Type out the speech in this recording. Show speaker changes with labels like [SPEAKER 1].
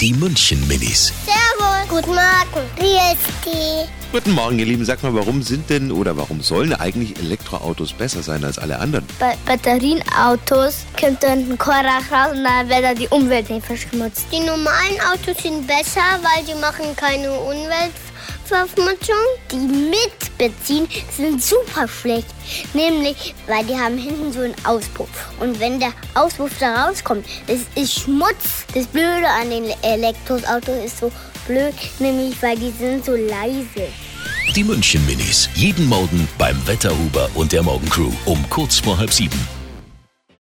[SPEAKER 1] Die München Minis.
[SPEAKER 2] Servus. Guten Morgen. Wie ist die?
[SPEAKER 3] Guten Morgen, ihr Lieben. Sag mal, warum sind denn oder warum sollen eigentlich Elektroautos besser sein als alle anderen?
[SPEAKER 2] Bei Batterienautos kommt dann ein Korrach raus und dann wird da die Umwelt nicht verschmutzt. Die normalen Autos sind besser, weil die machen keine Umweltverschmutzung. Die mit Benzin sind super schlecht. Nämlich, weil die haben hinten so einen Auspuff. Und wenn der Auspuff da rauskommt, das ist Schmutz. Das Blöde an den Elektroautos ist so blöd, nämlich weil die sind so leise.
[SPEAKER 1] Die München Minis. Jeden Morgen beim Wetterhuber und der Morgencrew um kurz vor halb sieben.